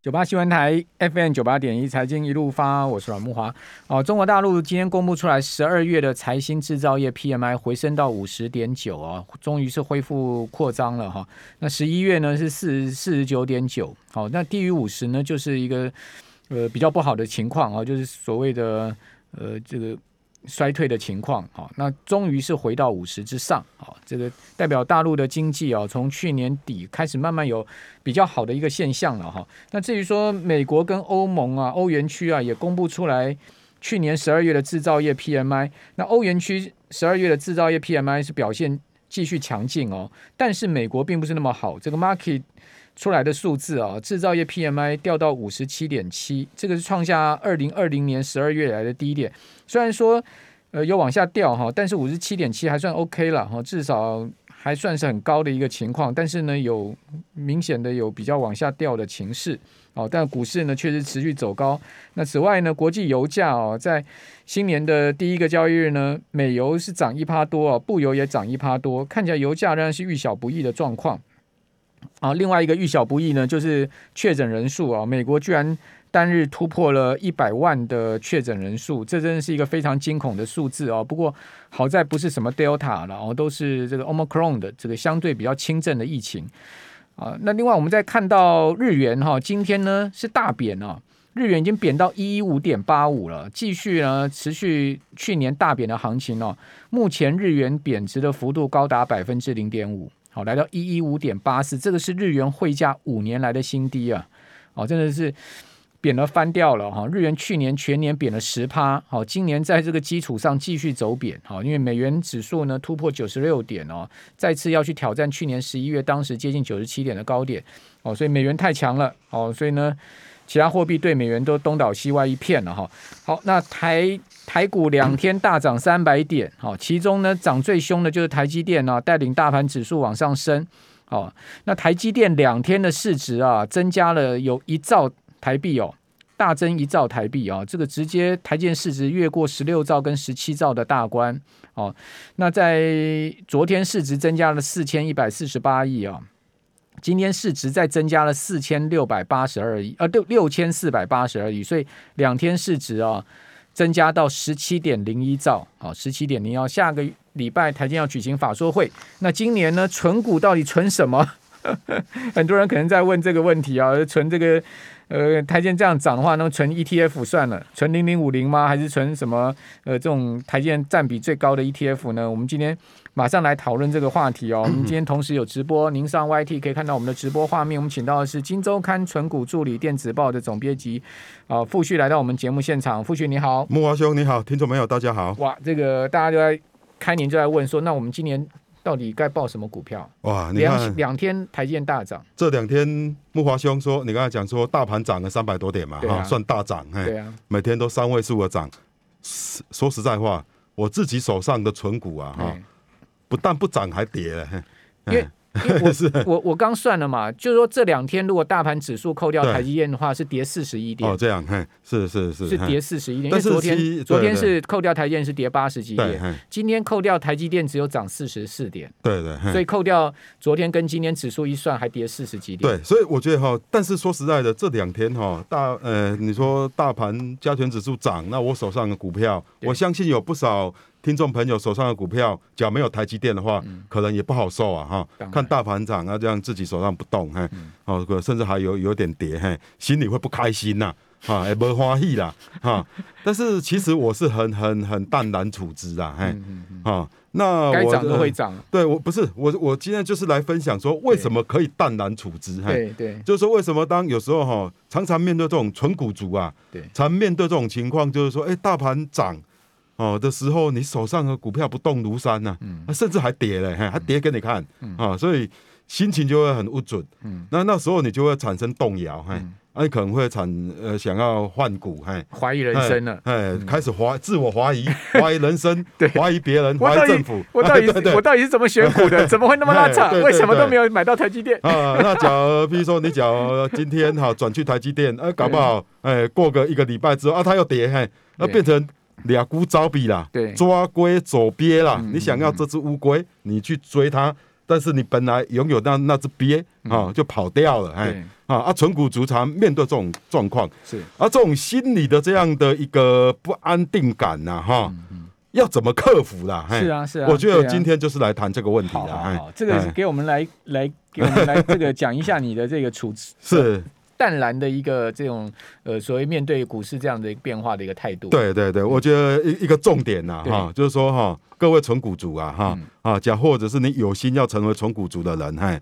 九八新闻台 FM 九八点一财经一路发，我是阮木华。哦，中国大陆今天公布出来十二月的财新制造业 PMI 回升到五十点九啊，终于是恢复扩张了哈、那十一月呢是四四十九点九，好，那低于五十呢就是一个呃比较不好的情况啊，就是所谓的呃这个衰退的情况啊。那终于是回到五十之上啊，这个代表大陆的经济啊，从去年底开始慢慢有比较好的一个现象了哈、那至于说美国跟欧盟啊、欧元区啊也公布出来。去年十二月的制造业 PMI，那欧元区十二月的制造业 PMI 是表现继续强劲哦，但是美国并不是那么好，这个 market 出来的数字啊，制造业 PMI 掉到五十七点七，这个是创下二零二零年十二月以来的低点。虽然说呃有往下掉哈，但是五十七点七还算 OK 了哈，至少还算是很高的一个情况。但是呢，有明显的有比较往下掉的情势哦，但股市呢确实持续走高。那此外呢，国际油价哦，在新年的第一个交易日呢，美油是涨一趴多哦，布油也涨一趴多，看起来油价仍然是遇小不易的状况。啊，另外一个遇小不易呢，就是确诊人数啊，美国居然单日突破了一百万的确诊人数，这真的是一个非常惊恐的数字哦。不过好在不是什么 Delta 了哦，都是这个 Omicron 的这个相对比较轻症的疫情啊。那另外我们再看到日元哈、今天呢是大贬啊。日元已经贬到一一五点八五了，继续呢持续去年大贬的行情哦。目前日元贬值的幅度高达百分之零点五，好，来到一一五点八四，这个是日元汇价五年来的新低啊，哦，真的是贬了翻掉了哈、日元去年全年贬了十趴，好、今年在这个基础上继续走贬，好、因为美元指数呢突破九十六点哦，再次要去挑战去年十一月当时接近九十七点的高点，哦，所以美元太强了，哦，所以呢。其他货币对美元都东倒西歪一片了哈。好，那台台股两天大涨三百点，好，其中呢涨最凶的就是台积电啊，带领大盘指数往上升。哦，那台积电两天的市值啊，增加了有一兆台币哦，大增一兆台币哦，这个直接台积电市值越过十六兆跟十七兆的大关哦。那在昨天市值增加了四千一百四十八亿啊、哦，今天市值再增加了四千六百八十二亿，呃，六六千四百八十二亿，所以两天市值啊、增加到十七点零一兆，好，十七点零幺。下个礼拜台积要举行法说会，那今年呢，存股到底存什么？ 很多人可能在问这个问题啊，存这个呃台积这样涨的话，那么存 ETF 算了，存零零五零吗？还是存什么呃这种台积占比最高的 ETF 呢？我们今天马上来讨论这个话题哦。我们今天同时有直播，您上 YT 可以看到我们的直播画面。我们请到的是《金周刊》存股助理电子报的总编辑啊、呃傅旭来到我们节目现场，傅旭你好。木华兄你好，听众朋友大家好。哇，这个大家就在开年就在问说，那我们今年到底该报什么股票？哇，你两看两天台积电大涨，这两天木华兄说，你刚才讲说大盘涨了三百多点嘛，对啊算大涨，哎，对啊，每天都三位数的涨。实说实在话，我自己手上的存股啊，哈，哎不但不涨还跌了，嘿因 为因为我我我刚算了嘛，就是说这两天如果大盘指数扣掉对台积电的话，是跌四十一点哦，，这样，嘿，是是是，是嘿跌，四十一点。因为但是昨其天对昨天对是扣掉台积电是跌八十几对，哎点，嘿，今天扣掉台积电只有涨四十四点，对对，嘿所以扣掉昨天跟今天指数一算，还跌四十几点。对，所以我觉得哈，但是说实在的，这两天哈，大呃，你说大盘加权指数涨，那我手上的股票，对我相信有不少听众朋友手上的股票，假如没有台积电的话，可能也不好受啊哈嗯当。然嗯看大盘涨啊，这样自己手上不动，嘿，哦，可甚至还有有点跌，嘿，心里会不开心呐、哈，也不欢喜啦， 哈。但是其实我是很很很淡然处之啊，嘿，哈。那嗯我该涨的都会涨，对我不是我，我今天就是来分享说为什么可以淡然处之。嘿，对对哎就是说为什么当有时候哈，常常面对这种纯股族啊，对常面对这种情况，就是说，哎，大盘涨哦的时候，你手上的股票不动如山呐、嗯啊，甚至还跌嘞，嘿还跌给你看啊，所以心情就会很不准。嗯那那时候你就会产生动摇，嘿啊嗯，那、你可能会产呃想要换股，嘿。怀疑人生了。哎，哎开始怀自我怀疑，怀疑人生 对，怀疑别人，我怀到疑底政府，我到底 哎对对我到底是怎么选股的？怎么会那么拉扯？哎对对为什么对都没有买到台积电？啊，那假如比如说你假如今天哈转去台积电，呃，搞不好哎过个一个礼拜之后啊，它又跌，嘿，那对变成俩股招比啦，对抓龟走鳖啦。嗯你想要这只乌龟，你去追它，但是你本来拥有那那只鳖啊，就跑掉了，哎嗯对，啊啊，纯股族常面对这种状况，是啊，这种心理的这样的一个不安定感呐、哈、要怎么克服啦？嘿嗯是啊是啊我觉对得啊今天就是来谈这个问题好啦。啊好嘿好，这个是哎给我们来来给我们来这个讲一下你的这个处置是，淡然的一个这种呃所谓面对股市这样的一个变化的一个态度。，对对对，我觉得一一个重点呐、嗯对哈，就是说哈，各位纯股族啊，哈、嗯啊，假或者是你有心要成为纯股族的人，嘿。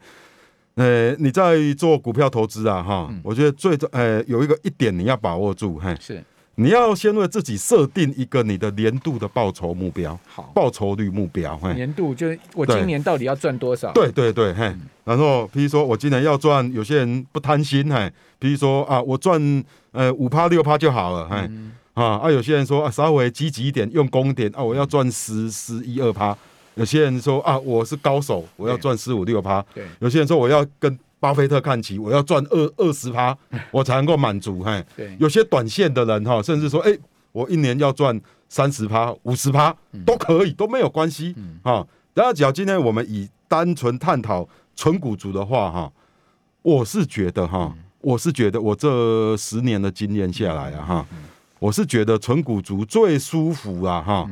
呃，你在做股票投资啊，哈，嗯我觉得最呃有一个一点你要把握住，嘿，是你要先为自己设定一个你的年度的报酬目标、好。报酬率目标，嘿，年度就是我对今年到底要赚多少？，对对对，嘿，然后譬如说我今年要赚，有些人不贪心，嘿，譬如说啊，我赚呃五趴六趴就好了，嘿，啊啊，有些人说啊，稍微积极一点，用功一点啊，我要赚十十一二趴，有些人说啊，我是高手，我要对赚十五六趴，对有些人说我要跟巴菲特看齐，我要赚二二十趴，我才能够满足，嘿，对，有些短线的人哈，甚至说，哎、我一年要赚三十趴、五十趴都可以，都没有关系哈。然后，只要今天我们以单纯探讨纯股族的话哈，我是觉得哈，我是觉得我这十年的经验下来啊哈，我是觉得纯股族最舒服啊哈，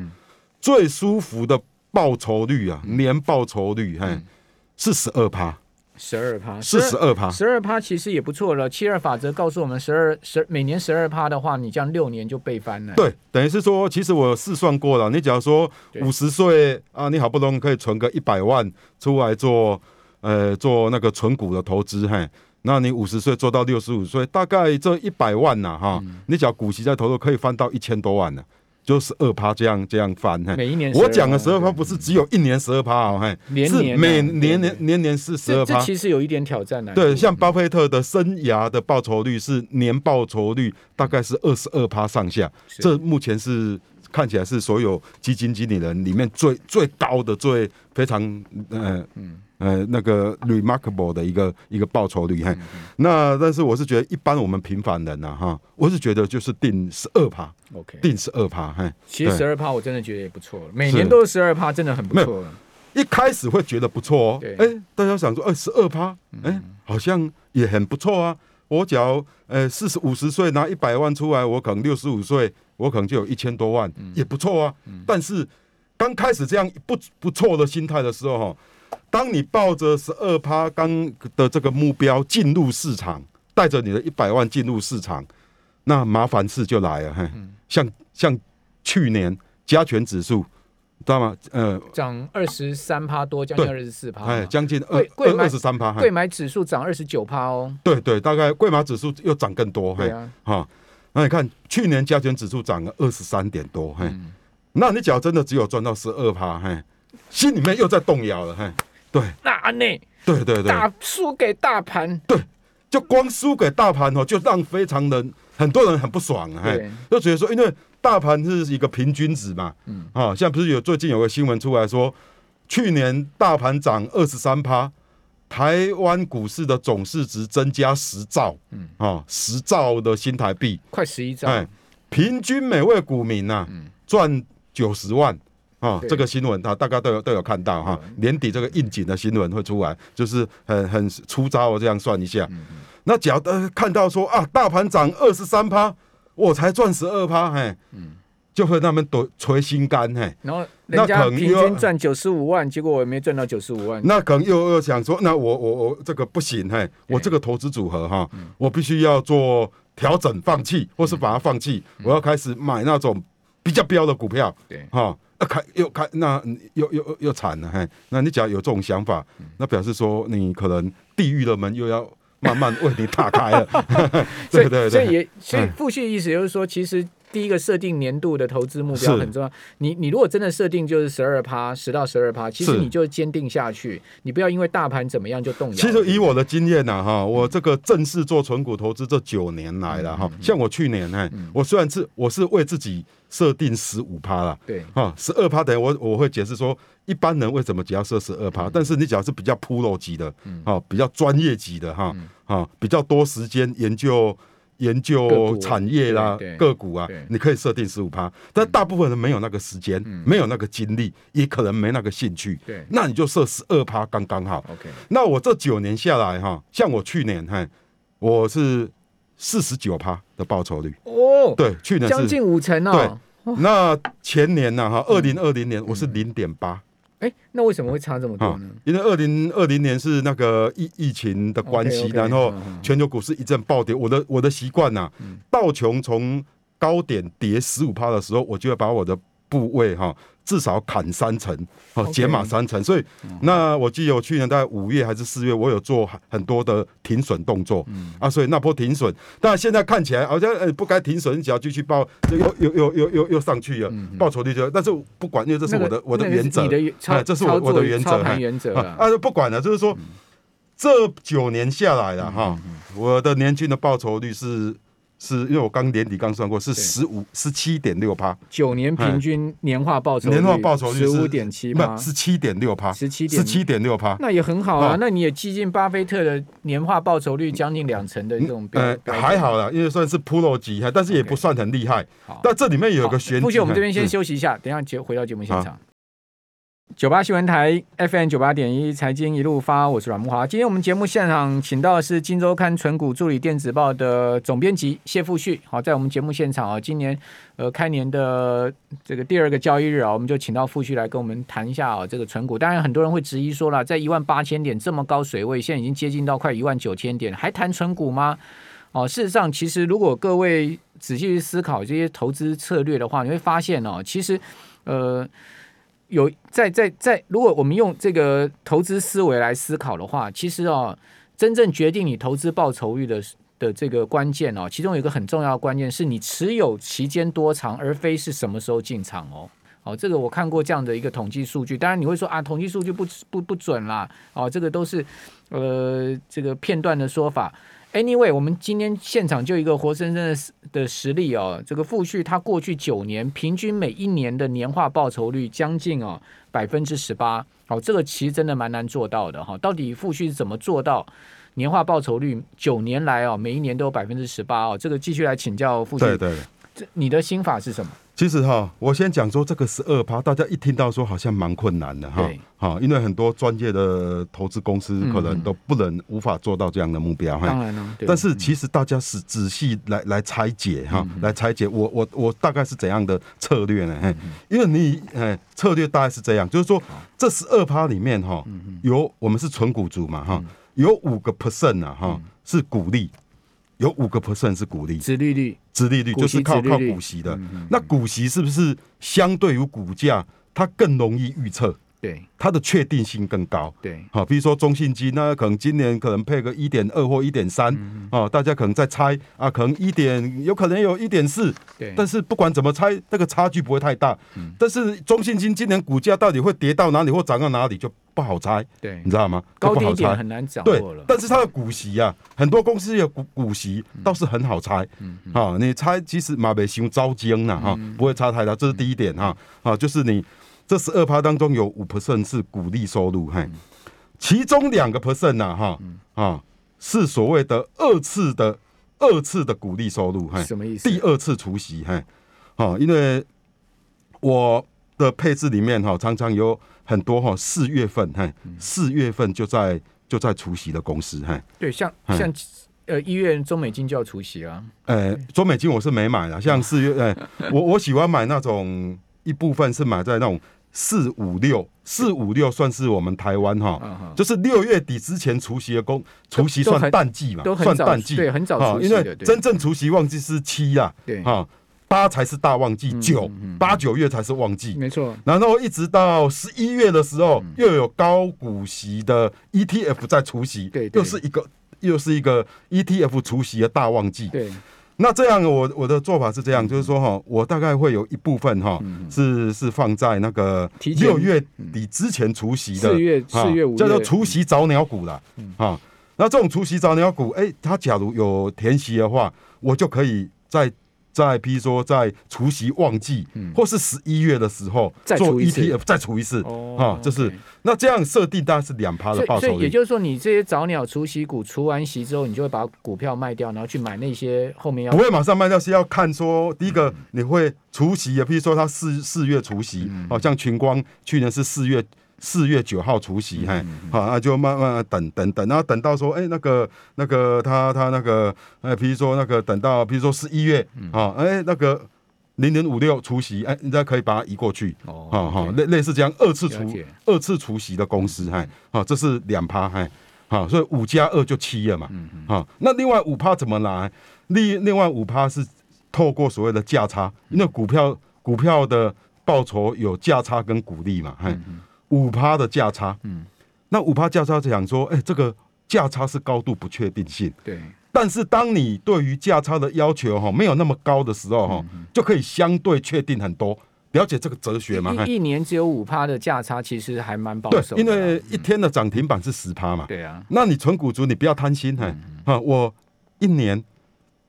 最舒服的报酬率啊，年报酬率嘿是十二趴，十二趴，是十二趴，十二趴其实也不错了。七二法则告诉我们，十二十每年十二趴的话，你这样六年就背翻了。，对，等于是说，其实我试算过了，你假如说对五十岁啊，你好不容易可以存个一百万出来做，呃，做那个存股的投资，嘿，那你五十岁做到六十五岁，大概这一百万呐、哈，嗯你只要股息再投入，可以翻到一千多万呢、就是二趴这样这样翻，嘿。每一年12%我讲的十二趴不是只有一年十二趴哦，嘿，连是年啊每对年对年年年是十这二这趴，其实有一点挑战啊难度。对，像巴菲特的生涯的报酬率是年报酬率大概是二十二趴上下，是这目前是看起来是所有基金经理人里面最最高的、最非常呃呃那个 remarkable 的一个一个报酬率。嘿，那但是我是觉得一般我们平凡人呐、啊哈，我是觉得就是定十二趴， OK，定十二趴，嘿。其实十二趴我真的觉得也不错了，每年都是十二趴，真的很不错了。一开始会觉得不错哦对，哎、大家想说，二十二趴，哎、好像也很不错啊。我只要呃四十五十岁拿一百万出来，我可能六十五岁，我可能就有一千多万，也不错啊。但是刚开始这样不不错的心态的时候，哈，当你抱着十二趴刚的这个目标进入市场，带着你的一百万进入市场，那麻烦事就来了，嘿，像像去年加权指数，知道吗？呃，涨二十三趴多，将近二十四趴嘛。哎，将近二贵贵二买二十三趴，贵嘿买指数涨二十九趴哦。对对，大概贵马指数又涨更多，嘿对，啊，哈、那你看去年加权指数涨了二十三点多，嘿，嗯那你脚真的只有赚到十二趴，嘿，心里面又在动摇了，嘿，对那安内对对对，大输给大盘，就光输给大盘哦，就让非常人很多人很不爽，啊嘿对，就觉得说，因为大盘是一个平均值嘛，嗯，啊、现在不是有最近有个新闻出来说，去年大盘涨二十三趴，台湾股市的总市值增加十兆，嗯，啊、十兆的新台币，快十一兆。哎，平均每位股民呐、赚九十万啊、对这个新闻啊，大家都有都有看到哈、年底这个应景的新闻会出来，就是很很粗糙哦，这样算一下。那假如呃看到说啊，大盘涨二十三趴，我才赚十二趴，嘿，就会那么多捶心肝，嘿。然后那人家可能嗯平又要均赚九十五万，结果我也没赚到九十五万。那可能又又想说，那我我我这个不行嘿，我这个投资组合哈，我必须要做调整，放弃，或是把它放弃，我要开始买那种比较标的股票，对哈，那开又开那嗯又又又又惨了嘿，那你只要有这种想法，嗯那表示说你可能地狱的门又要慢慢为你打开了， 所以对对所以对，也所以嗯复续意思就是说，其实第一个设定年度的投资目标是很重要。你你如果真的设定就是十二趴，十到十二趴，其实是你就坚定下去，你不要因为大盘怎么样就动摇。其实以我的经验呐，哈，嗯我这个正式做存股投资这九年来了哈，像我去年嘿，嗯我虽然是我是为自己设定十五趴了。对哈，十二趴等于我我会解释说，一般人为什么只要设十二嗯趴，但是你只要是比较 pro 级的，哈，比较专业级的哈，嗯哈，比较多时间研究研个股啊究产业啦对对、个股啊对，嗯你可以设定十五趴，但大部分人没有那个时间，没有那个精力，也可能没那个兴趣，对那你就设十二趴刚刚好。 ，OK，那我这九年下来哈，像我去年哈，我是四十九趴的报酬率，哦，对，去年将是。近五成哦。那前年呢、哈，二零二零年我是零点八哎，那为什么会差这么多啊呢？，因为二零二零年是那个疫疫情的关系 OK，OK，然后嗯嗯全球股市一阵暴跌。我的我的习惯呐，道琼从高点跌十五趴的时候，我就会把我的部位哈、至少砍三成，哦， OK 嗯减码三成。所以，那我记得我去年大概五月还是四月，我有做很很多的停损动作、嗯啊，所以那波停损，但现在看起来好像呃不该停损，你只要继续报，就又又又又又又上去了，嗯报酬率就，但是不管，因为这是那我个的、我的那个是原则你，的原哎操这是我操作我的原则操哎盘原则嗯啊啦，啊，不管了，就是说这九年下来嗯了哈，我的年均的报酬率是是因为我刚年底刚算过是对十五十七点六趴，九年平均年化报酬哎年化报酬率十是五点七八，十七点六趴， 17.6十七点六趴。那也很好啊哦。那你也接近巴菲特的年化报酬率将近两成的这种标呃，，标准还。好啦，因为算是 pro 级，但是也 OK 不算很厉害好。但这里面有一好个玄机。不行，我们这边嗯先休息一下，等一下节回到节目现场。九八新闻台 FM 九八点一财经一路发，我是阮木华。今天我们节目现场请到的是《金周刊》纯股助理电子报的总编辑谢富旭。好，在我们节目现场啊，今年呃开年的这个第二个交易日啊，我们就请到富旭来跟我们谈一下啊这个纯股。当然，很多人会质疑说了，在一万八千点这么高水位，现在已经接近到快一万九千点，还谈纯股吗？哦，事实上，其实如果各位仔细去思考这些投资策略的话，你会发现哦，其实呃，有在在在，如果我们用这个投资思维来思考的话，其实哦，真正决定你投资报酬率的的这个关键哦，其中有一个很重要的关键是你持有期间多长，而非是什么时候进场哦。哦，这个我看过这样的一个统计数据，当然你会说啊，统计数据不不不准啦，哦，这个都是呃这个片段的说法。Anyway，我们今天现场就一个活生生的实的实例哦，这个富旭他过去九年平均每一年的年化报酬率将近哦百分之十八，哦，这个其实真的蛮难做到的哈、到底富旭是怎么做到年化报酬率九年来哦每一年都有百分之十八哦？这个继续来请教富旭，对对对，这你的心法是什么？其实哈，我先讲说这个十二趴，大家一听到说好像蛮困难的哈对，哈，因为很多专业的投资公司可能都不能无法做到这样的目标哈。当然了、对哎嗯但是其实大家是仔细来来拆解哈，来拆解我我我大概是怎样的策略呢？嘿，嗯因为你哎策略大概是这样，就是说这十二趴里面嗯哈，有我们是纯股族嘛哈，有五个 percent 啊嗯哈是股利，有五个 percent 是股利，殖利率殖利率股就息是靠殖利靠率嗯股息的。那股息是不是相对于股价，它更容易预测，对它的确定性更高？对好，比如说中信金，啊那可能今年可能配个一点二或一点嗯三，哦，大家可能在猜啊，可能一点，有可能有一点四，对，嗯但是不管怎么猜，那个差距不会太大。但是中信金今年股价到底会跌到哪里或涨到哪里就不好猜，对你知道吗？就高不低好猜点很难掌对握了，，嗯但是它的股息啊，很多公司有股股息倒是很好猜，啊，你猜其实马北熊招精嗯了哈，不会差太大，这是第一点哈，啊，就是你这十二趴当中有五 percent 是股利收入，嗯嘿，其中两个 percent 呐哈啊是所谓的二次的二次的股利收入，嘿，什么意思？第二次除夕，嘿，好、因为我的配置里面哈、常常有很多哈、四月份，嘿，嗯四月份就在就在除夕的公司，嘿，对，像嗯像呃一月中美金就要除夕啊，呃，中美金我是 没买啦，像四月，哎、我我喜欢买那种一部分是买在那种四五六，四五六算是我们台湾哈、嗯哼就是六月底之前除夕的公，除夕都算很淡季嘛，都很算早淡季，对，很早啊出席因的，为对真正除夕旺季是七啦，对嗯哈、八才是大旺季，九八九月才是旺季。没错，然后一直到十一月的时嗯候，又有高股息的 ETF 在除息，对对又是一个又是一个 ETF 除息的大旺季。对，那这样我我的做法是这嗯样，就是说哈，我大概会有一部分哈是是放在那个提前嗯六月底之前除息的四月啊四月五月嗯叫做除息早鸟股啦，啊，那这种除息早鸟股，哎、它假如有填息的话，我就可以在在譬如说在除息旺季、或是十一月的时候嗯再做除一次 ETF 再除一次，哦啊，这是 OK 那这样设定大概是两趴所的以报所以酬也率，就是说，你这些早鸟除息股除完息之后，你就会把股票卖掉，然后去买那些后面要不会马上卖掉，是要看说第一个啊哦你会除息，也譬如说它四四月除息，好、像群光去年是四月四月九号除夕，嘿，好，那就慢慢等等等，然后等到说，哎，那个那个他他那个，哎，比如说那个等到，比如说十一月，啊，哎，那个零零五六除夕，哎，你再可以把它移过去，哦好好， OK 类类似这样二次了除解二次除夕的公司，嗨，好，这是两趴，嗨，好，所以五加二就七了嘛，嗯好，那另外五趴怎么来？另另外五趴是透过所谓的价差，因为股票股票的报酬有价差跟股利嘛，嗨，嗯五趴的价差，嗯，那五趴价差讲说，哎，这个价差是高度不确定性。对，但是当你对于价差的要求哈没有那么高的时候哈，嗯就可以相对确定很多。了解这个哲学吗？嗨一一年只有五趴的价差，其实还蛮保对守，的因啦。嗯为一天的涨停板是十趴嘛。对嗯啊，那你存股族，你不要贪心，嘿，哈，我一年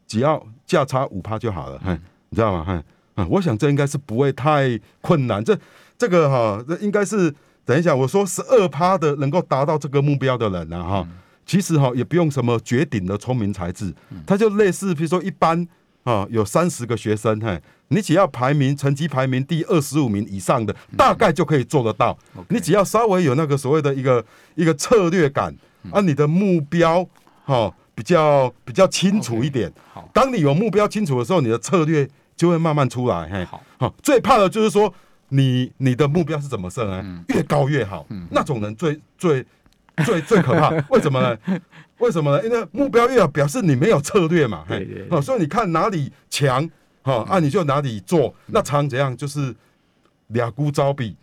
只要价差五趴就好了，嘿，你知道吗？嘿，啊，我想这应该是不会太困难，这这个哈，这应该是等一下我说十二趴的能够达到这个目标的人啊，哈，其实哈也不用什么绝顶的聪明才智，他就类似比如说一般啊有三十个学生，嘿。你只要排名成绩排名第二十五名以上的，大概就可以做得到。你只要稍微有那个所谓的一个一个策略感，啊，你的目标哈、哦、比较比较清楚一点。好当你有目标清楚的时候，你的策略就会慢慢出来。嘿，好，好、最怕的就是说你你的目标是怎么设呢？嗯越高越好，那种人最最最最 可怕。为什么呢？为什么呢？因为目标越好，表示你没有策略嘛。嘿对对对哦，所以你看哪里强，哈、啊，你就哪里做。那常怎样就是俩孤招比，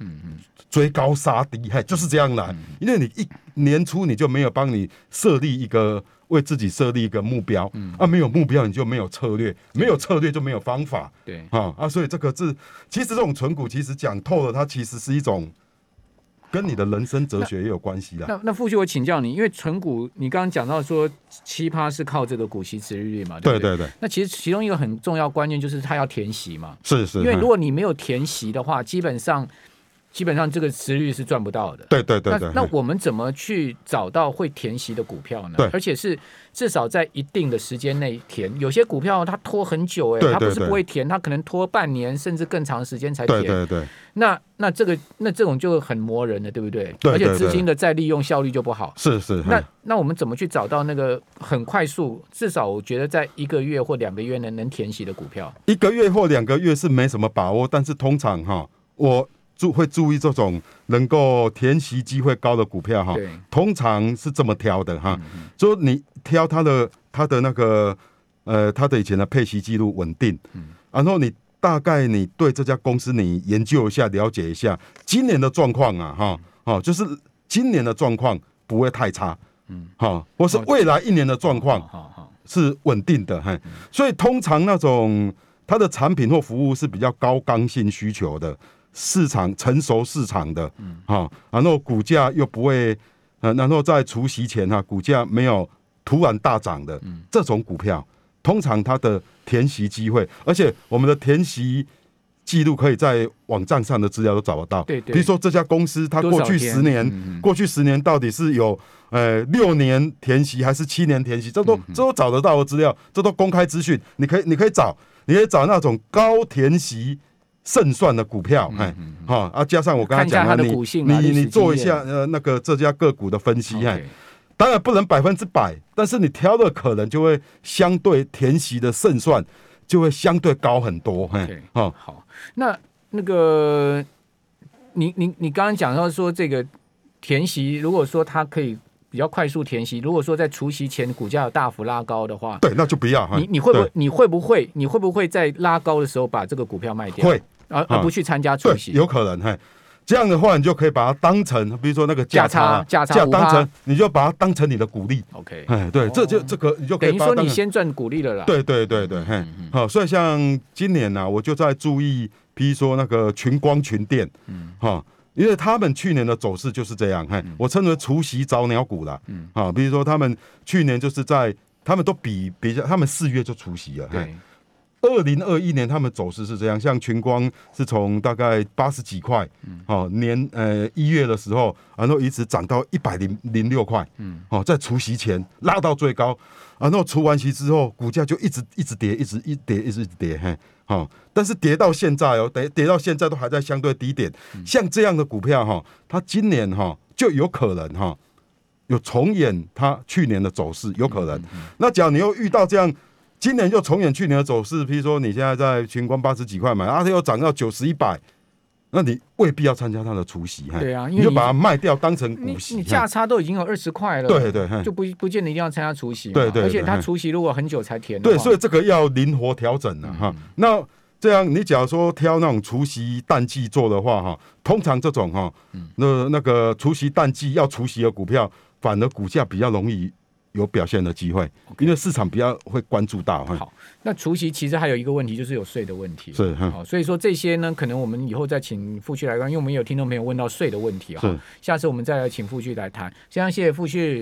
追高杀低，嗯嘿，就是这样啦。因为你一年初你就没有帮你设立一个为自己设立一个目标，嗯啊，没有目标你就没有策略，没有策略就没有方法，对，啊啊，所以这个是其实这种存股，其实讲透了，它其实是一种跟你的人生哲学也有关系啦。那那傅旭，我请教你，因为存股，你刚刚讲到说七趴是靠这个股息值利率嘛，对对不对？对对，那其实其中一个很重要关键就是它要填息嘛，是是，因为嘿如果你没有填息的话，基本上基本上这个值率是赚不到的。对对对对，那那嘿我们怎么去找到会填息的股票呢？对而且是至少在一定的时间内填。有些股票它拖很久、欸，对它不对是对不会填，它可能拖半年甚至更长时间才填。对对对那那这个那这种就很磨人了，对不对？对而且对资对金的再利用效率就不好。是是，嘿那那我们怎么去找到那个很快速，至少我觉得在一个月或两个月能能填息的股票？一个月或两个月是没什么把握，但是通常哈，我注会注意这种能够填息机会高的股票哈对，通常是这么挑的哈，就你挑它的它的那个呃它的以前的配息记录稳定，然后你大概你对这家公司你研究一下了解一下今年的状况啊哈哦，就是今年的状况不会太差。嗯，好，或是未来一年的状况好，好好，是稳定的，嘿，所以通常那种它的产品或服务是比较高刚性需求的市场成熟市场的，嗯好、然后股价又不会，呃，然后在除夕前哈、股价没有突然大涨的、嗯这种股票，通常它的填息机会，而且我们的填息。记录可以在网站上的资料都找得到，对对比如说这家公司，它多少过去天嗯十年，过去十年到底是有呃六年填息还是七年填息，这都嗯这都找得到的资料，这都公开资讯，你可以你可以找，你可以找那种高填息胜算的股票，哎、好啊，加上我刚才嗯看一下讲它的你股性啊历你史你做一经验下呃那个这家个股的分析，哎 OK，当然不能百分之百，但是你挑的可能就会相对填息的胜算就会相对高很多，嘿 OK，哦，好，那那个，你你你刚刚讲到说这个填息，如果说它可以比较快速填息，如果说在除夕前股价有大幅拉高的话，对，那就不要，嘿你你会不嗯对会你会不会你会不会在拉高的时候把这个股票卖掉，会嗯而而不去参加除对，夕？有可能，嘿，这样的话，你就可以把它当成，比如说那个价差，价差价差5%当成，你就把它当成你的鼓励， OK，哎，对，这就哦这个你就可等以于把它说当你成，先嗯赚股利了啦。对对对对，嘿，好，所以像今年呢、我就在注意，比如说那个群光群电，嗯，哈。因为他们去年的走势就是这样，嘿，嗯我称为除夕早鸟股啦，嗯，啊，比如哎说他们去年就是在，他们都比比较，他们四月就除夕了，嘿，对二零二一年他们走势是这样，像群光是从大概八十几块，哦年呃一月的时候，然后一直涨到一百零零六块，嗯，哦在除夕前拉到最高，然后除完息之后，股价就一直一直跌，一直一跌，一直跌，嘿。好、但是跌到现在哦，跌跌到现在都还在相对低点，嗯像这样的股票哈、它今年哈、就有可能哈、有重演它去年的走势，有可嗯能。那假如你又遇到这样，今年又重演去年的走势，譬如说你现在在群光八十几块买，啊，它又涨到九十一百，那你未必要参加它的除息，嘿对啊因为你就你把它卖掉当成你股息，你嘿价差都已经有二十块了，啊对对嘿就不不见得一定要参加除夕嘛，嗯对对对而且它嘿除夕如果很久才填的话，对，所以这个要灵活调整了、哈。那这样，你假如说挑那种除夕淡季做的话哈，通常这种哈，那那个除夕淡季要除夕的股票，反而股价比较容易有表现的机会因为市场比较会关注到哈。好，那除夕其实还有一个问题，就是有税的问题。是嗯好，所以说这些呢，可能我们以后再请副区来看，因为我们有听众朋友问到税的问题哈是，下次我们再来请副区来谈。先谢谢副区。